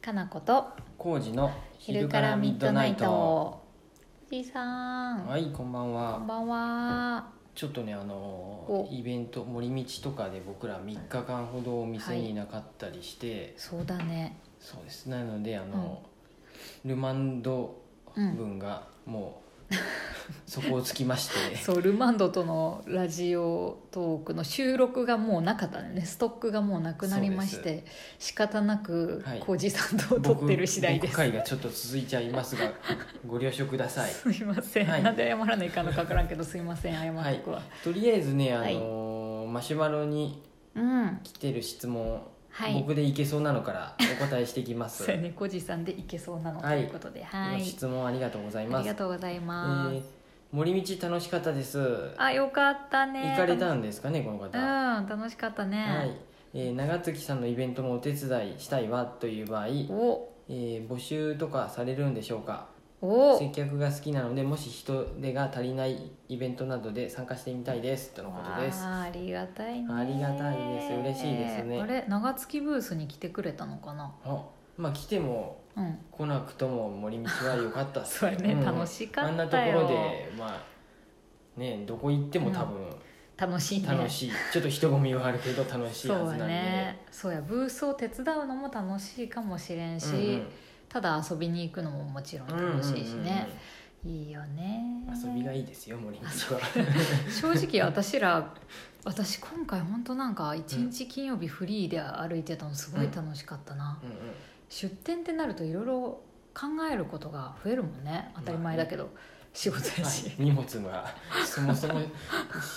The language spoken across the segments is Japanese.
かなこと工事の昼からミッドナイト藤井さん、はいこんばんこんはばんはちょっとねあのおイベント森道とかで僕ら3日間ほどお店にいなかったりして、そうだねそうですなのであの、ルマンド分がも う、そこをつきましてそうルマンドとのラジオトークの収録がもうなかったのねストックがもうなくなりましそうて仕方なくはい浩二さんと撮僕ってる次第で僕す、回がちょっと続いちゃいますがご了承くださいすいません、はいなんで謝らないかんのか分からんけどすいません謝っとくわ、とりあえずねあの、マシュマロにうん来てる質問、はい僕でいけそうなのからお答えしていきま すそうやね浩二さんでいけそうなのとはいいうことではい今質問ありがとうございあまりすがとうございえます、ー森道楽しかったです行あよかったねかれたんですかねこのう方、はん楽しかったね、い、えー長月さんのイベントもお手伝いしたいわという場合、えおー募集とかされるんでしょうか接お客が好きなのでもし人手が足りないイベントなどで参加してみたいですとのことですわあありがたいねありがたいです嬉しいですねえーあれ長月ブースに来てくれたのかなあまあ来てもうん来なくとも森道は良かったっす そうよやね、ん楽しかあんなっとこたよろでまあねどこ行っても多分、楽しいね楽しい、ちょっと人混みはあるけど楽しいはずそうなんやで、ねそうやブースを手伝うのも楽しいかもしれんし、うんただ遊びに行くのももちろんうん楽しいしね、うんうんいいよねうん遊びがいいですよ森道は正直私ら私今回本当なんか一日金曜日フリーで歩いてたのすごい楽しかったな、うんうん出店ってなるといろいろ考えることが増えるもんね当たり前だけど、仕事やし、はい荷物がそもそも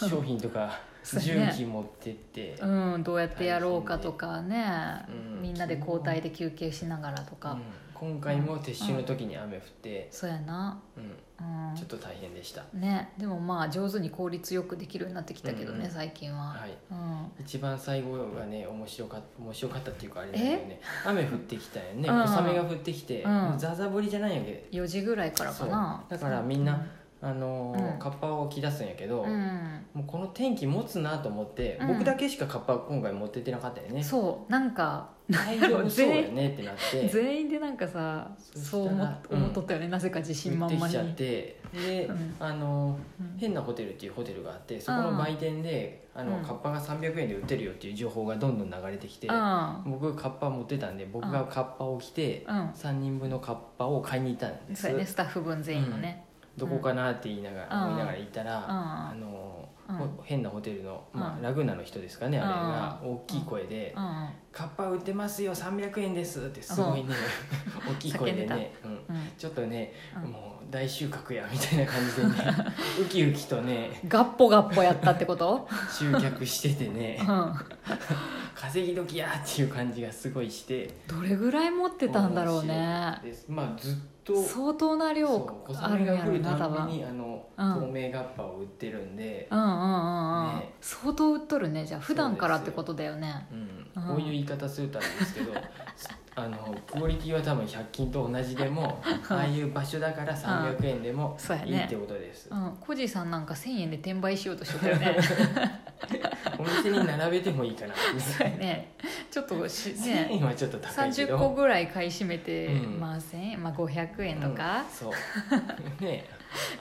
商品とかそう重ね機持ってって、うん、どうやってやろうかとかね、うんみんなで交代で休憩しながらとか、うん今回も撤収の時に雨降って、そうやな、うんうんちょっと大変でした、ね、でもまあ上手に効率よくできるようになってきたけどうんね、うん最近は、はいうん、一番最後がね面白かった面白かったっていうかあれなんだよね雨降ってきたよねうん小雨が降ってきて、うんザザ降りじゃないんやけど4時ぐらいからかなそうだからみんなあのーうんカッパを着出すんやけど、うん、うんもうこの天気持つなと思って、うん僕だけしかカッパ今回持ってってなかったよねそうなんか大丈夫そうよねって なって全員でなんかさそしたそうら思っうん思っとったよね、なぜか自信持っ満て々にきちゃってで、うんあのうん変なホテルっていうホテルがあってそこの売店で、あのうんカッパが300円で売ってるよっていう情報がどんどん流れてきて、うん僕カッパ持ってたんで僕がカッパを着て、うん3人分のカッパを買いに行ったんですそうやねスタッフ分全員のね、どこかなって言いながら、うん思いながら行ったら、んあのほうん変なホテルの、まあうんラグーナの人ですかねあれがうん大きい声でうんうん「カッパ売ってますよ300円です」ってすごいね、 大きい声で叫んね、うんうんちょっとね、うんもう大収穫やみたいな感じでね ウキウキとねガッポガッポやったって こと、集客しててねうん、稼ぎ時やっていう感じがすごいしてどれぐらい持ってたんだろうねですまあずっと相当な量そう小ある雨んがや降ろるな多た分んびにあの、うん透明ガッパを売ってるんで、うんうんうんうん、ね相当売っとるねじゃあ普段からってことだよねうんうんこういう言い方するとあれです けどあのクオリティは多分100均と同じでもああいう場所だから300円でもそうやいいっねてことです、うん、コジさんなんか1000円で転売しようとしてたよねお店に並べてもいいかな そうや ねちょっとし1000ね円はちょっと高いけど30個ぐらい買い占めて、うんまあ1000円、まあ、500円とかうん、そ うね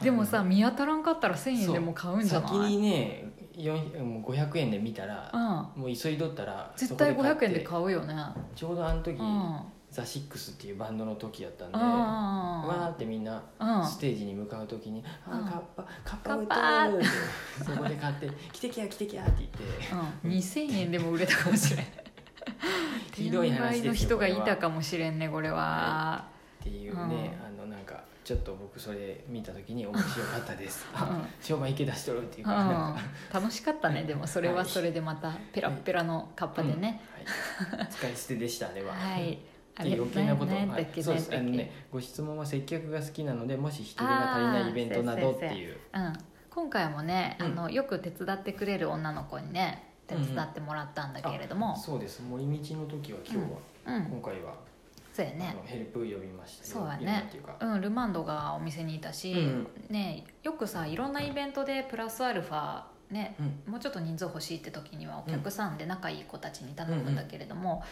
でもあさの見当たらんかったら1000円でも買うんじゃない先にね4もう500円で見たらうん、もう急いどったら絶対そこ買っ500て円で買うよねちょうどあの時、うんうんザ・シックスっていうバンドの時やったんでうんわうんうんーってみんなうんステージに向かう時に「あうんーカッパカッパ売ってる!」ってそこで買って「来てきや来てきや!」って言ってうん、2000円でも売れたかもしれんひどい話転売のですよ人がいたこかもしれんねこれは、っていうねうあのなんかちょっと僕それ見た時に面白かったですあうん商売池出しと るっていううかなんかん、楽しかったねでもそれはそれでまたペラッペラのカッパでね、うんはい使い捨てでしたあれははい っあてれいう余計なことねはだっいけそうねですあのねご質問は接客が好きなのでもし人手が足りないイベントなどっていううん、今回もね、うんあのよく手伝ってくれる女の子にね手伝ってもらったんだけれども、そうです森道の時は今日はうん今回はそうやあねのヘルプ呼びましたそうやね呼びましたっていうかうん、ルマンドがお店にいたし、うんね、よくさいろんなイベントでプラスアルファ、ねうんもうちょっと人数欲しいって時にはお客さんで仲いい子たちに頼むんだけれども、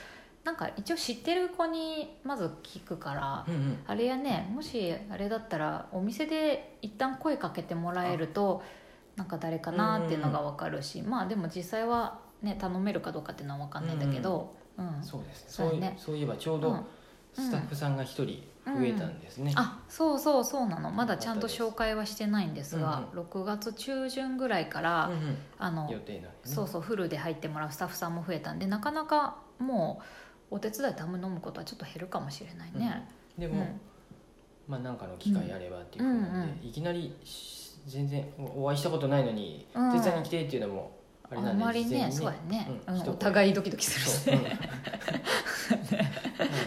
なんか一応知ってる子にまず聞くから、うんうんあれやねもしあれだったらお店で一旦声かけてもらえるとなんか誰かなっていうのが分かるし、まあでも実際は、ね、頼めるかどうかっていうのは分かんないんだけど、うんそうですねそそううやいねそういえばちょううどんスタッフさんが一人増えたんですね、あそうそうそうなのまだちゃんと紹介はしてないんですが、6月中旬ぐらいから、うんうんあの予定なんでねそうそうフルで入ってもらうスタッフさんも増えたんでなかなかもうお手伝い頼む飲むことはちょっと減るかもしれないね。でうも、んまあなんかの機会あればっていうことなんで、うんいきなりし全然おお会いしたことないのに、うん手伝いに来てっていうのもあれなんあんでまり事前ねにそうやね、ううんん一声お互いドキドキすそるし ううんねなんか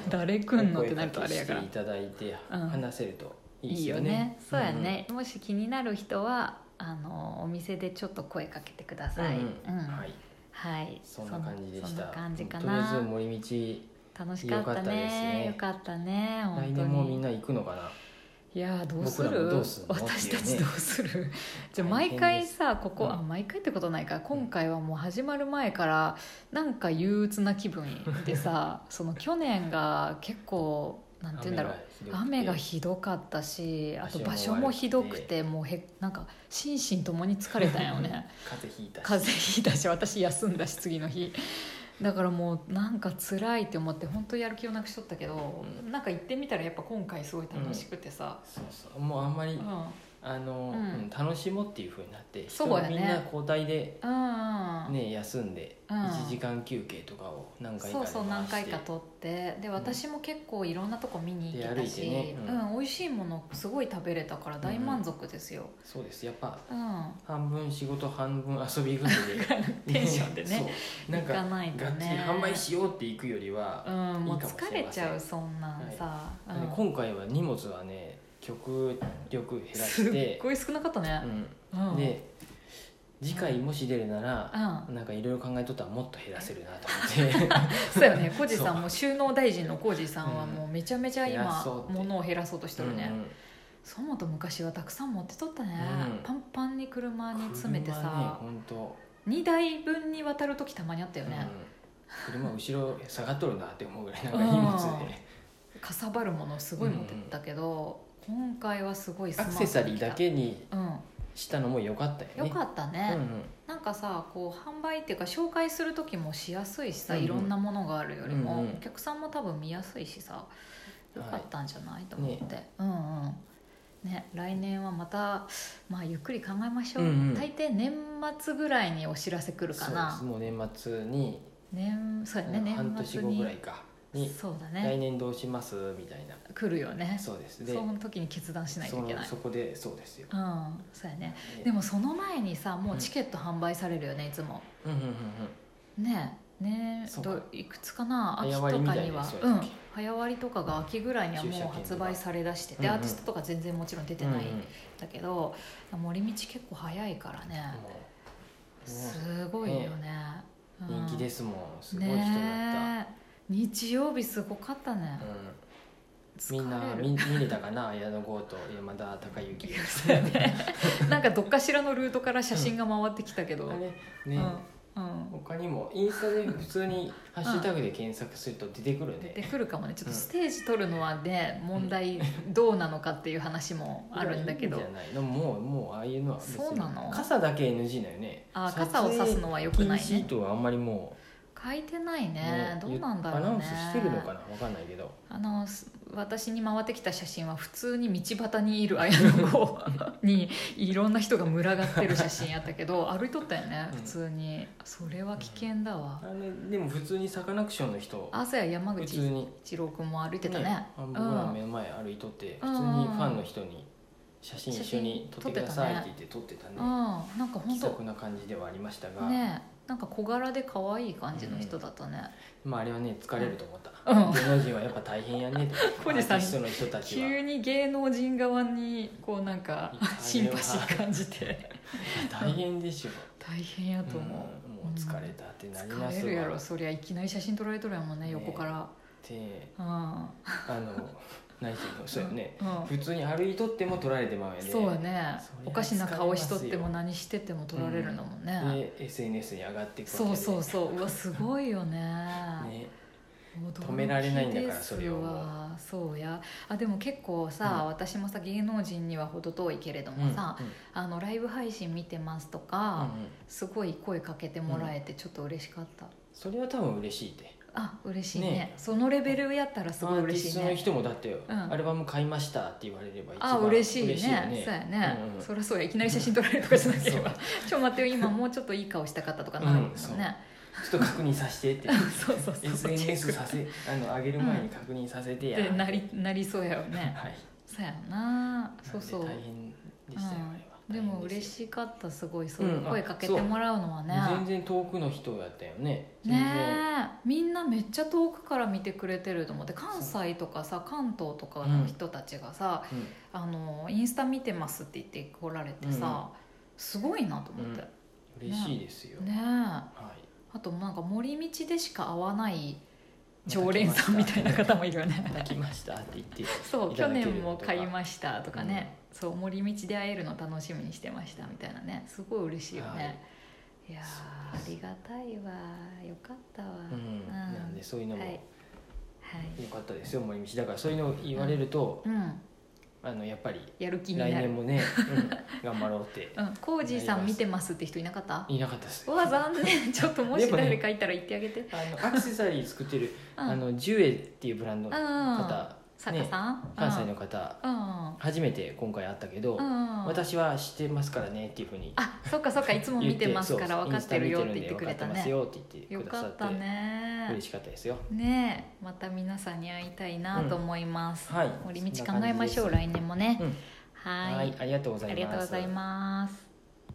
誰来んのってなるとあれやかおら声掛けしていただいてうん話せるといいでいいすよよねねそうやね、もし気になる人はあのお店でちょっと声かけてくだうんうんさい、うんははい、いそんな感じでしたそんな感じかとりあえずな森道楽しかったねよよかかったね本来当年にもみんな行くのかないやーどうす僕らもるどうすんの私たっていちうどねうす るじゃあ大毎変回ですさここ、うんあ毎回ってことないか今回はもう始まる前からなんか憂鬱な気分で さその去年が結構なんて言うんだろう雨がひどかったしあと場所もひどくてもうへなんか心身ともに疲れたんよね風邪ひいたし風邪ひいたし私休んだし次の日だからもうなんか辛いって思って本当やる気をなくしとったけど、なんか行ってみたらやっぱ今回すごい楽しくてさ、そうそうもうあんまり、うんあの、うんうん楽しもうっていうふうになってそうやね人みんな交代で、うんうんね、休んでうん1時間休憩とかを何回かそうでそう回何して回か撮ってで私も結構いろんなとこ見に行けたし、で歩いてねううんん美味しいものすごい食べれたから大満足ですよ、そうですやっぱうん半分仕事半分遊びぐらいで テンションでねそうなん行かかないとがっつりね販売しようって行くよりは、うん、もういいかもしれません疲れちゃうそんなんさ、でうん今回は荷物はね極力減らすし、ってごい少なかったね、うんうんで次回もし出るなうら、ん、なんかいろいろ考えとったらもっと減らせるなと思ってそうよね浩司さんも収納大臣の浩司さんはもうめちゃめちゃ減ら今そうって物を減ら そうとしてるね、うんうんそう思うと昔はたくさん持ってとったね、うんパンパンに車に詰めて車ねさ、本当2台分に渡る時たまにあったよね、うん、車後ろ下がっとるなって思うぐらいなんか荷物でかさばるものすごい持ってったけど、今回はすごいスマアークトセにサリーだけにうしたのも良かったよんねよかったね、うんなんかさこう販売っていうか紹介する時もしやすいしさ、うんうんいろんなものがあるよりも、うんうんお客さんも多分見やすいしさよかったんじゃない、と思って、うんうんね、来年はまた、まあ、ゆっくり考えましょう、うんうん大抵年末ぐらいにお知らせ来うん、るかそうですなもう年末に、年そうやね半年年末後にぐらいかに、そうだ来ね年どうしますみたいな来るよねそうでそすでの時に決断しないといけないそのそこでそうですよ、うんそうやねでもその前にさもうチケット販売されるよねいつもうんうんうんうんねえねそうかどいくつかな秋早と割りみかたいなにはそううやっんたっけ早割りとかが秋ぐらいにはも駐車う券とか発売されだしてて、うんうんアーティストとか全然もちろん出てないんだけど、森道結構早いからねうんうんもすうごいよね、もう人気ですすもんすごい人だった、ねえ日曜日すごかったね、うん疲れみるんな見見れたかな 矢野剛と山田孝之 そうやねなんかどっかしらのルートから写真が回ってきたけど、あうんれ ね、うん他にもインスタで普 通にハッシュタグで検索すると出てくる出ねてくるかもねちょっとうんステージ取るのはね、問題どうなのかっていう話もあるんだけどいやいいんじゃないでももうもうああいうのは別にそうなの傘だけ NG だよねあ傘を差すのは良くない禁止ねとはあんまりも書いてないうねねどうなんだろうねアナウンスしてるのかなわかんないけどあのす私に回ってきた写真は普通に道端にいる綾野剛 にいろんな人が群がってる写真やったけど歩いとったよねうん普通に、それは危険だわあ、れでも普通にサカナクションの人朝や山普口通に一郎君も歩いてたねねあうん僕らの目の前歩いとって普うん通にファンの人に写真一緒に撮ってくださいって言って撮ってたねうん、なんか気本さ当くな感じではありましたが、ねなんか小柄で可愛い感じの人だったね、まああれはね疲れると思った、うん芸能人はやっぱ大変やねと 小路さんアーティストの人たちは急に芸能人側にこうなんかいやあれ はシンパシー感じて大変でしょ、大変やとうん思もう疲れたってう、なります疲れるやろそりゃいきなり写真撮られとるやもんねね横からでうんあの何ていうのそうよねうん普通に歩いとっても撮られてまうよねそうやねそりゃおかしな顔しとっ疲てれまもすよ何してても撮られるのもんね、で SNS に上がっていくわけそうでそうそううわすごいよねね止められないんだから驚きですわそれをもそうやあでも結構さ、うん私もさ芸能人には程遠いけれどもさ、あのライブ配信見てますとうんうんか、うんうんすごい声かけてもらえてちょっと嬉しかった、それは多分嬉しいってあ嬉しいねねそのレベルやったらすアごいーティ嬉しいストのね人もだってよ、うんアルバム買いましたって言われれば一あ番嬉しいねねそうやね、うんうんそりゃそうやいきなり写真撮られるとかじゃなければ そちょっと待ってよ今もうちょっといい顔したかったとかなるもんね、うんそうちょっと確認させてっ てそうそうそう SNS させあの上げる前に確認させてや、でなりなりそうやよ ねはいそうやなそうそうなんで大変でしたうよ、んあれはでも嬉いしかったすごいそういううんあ声かけてもらうのはね、全然遠くの人やったよね全然ねえみんなめっちゃ遠くから見てくれてると思って関西とかさ関東とかの人たちがさ、うんあのインスタ見てますって言って来られてさ、すごいなと思って、嬉しいですよ、ねえあはいとなんか森道でしか会わない常連さんみたいな方もいるよいただねきましたって言ってそうい去ただける年も買いましたとかね、そう森道で会えるの楽しみにしてましたみたいなねすごい嬉しいよね、はいい、やーそうあですりがたいわよかったわ、うん、なんでそういうのもはいはい良かったですよ森道だからそういうのを言われると、うん、あのやっぱりやる気来にな年る。もね、 うん、頑張ろうってうん、コージーさん見てますって人いなかった。いなかったですうわ、残 念、ちょっともしでもね誰かいたら言ってあげて。あのアクセサリー作ってる、うんあのジュエっていうブランドの方、作家ね、さん。関西の方、うん。初めて今回会ったけど、うん。うん。。私は知ってますからねっていうふうにあ、そっかそっか、いつも見てますから、そう分かってるよって言ってくれたインスタ見てるね。んで分かってますよって言よってくだかさっってた嬉ね。しかったですよねえ、また皆さんに会いたいなと思います。はい森道考えましょう、そんな感来年もねうん。ははいい。ありがとうございあますりがとうございます。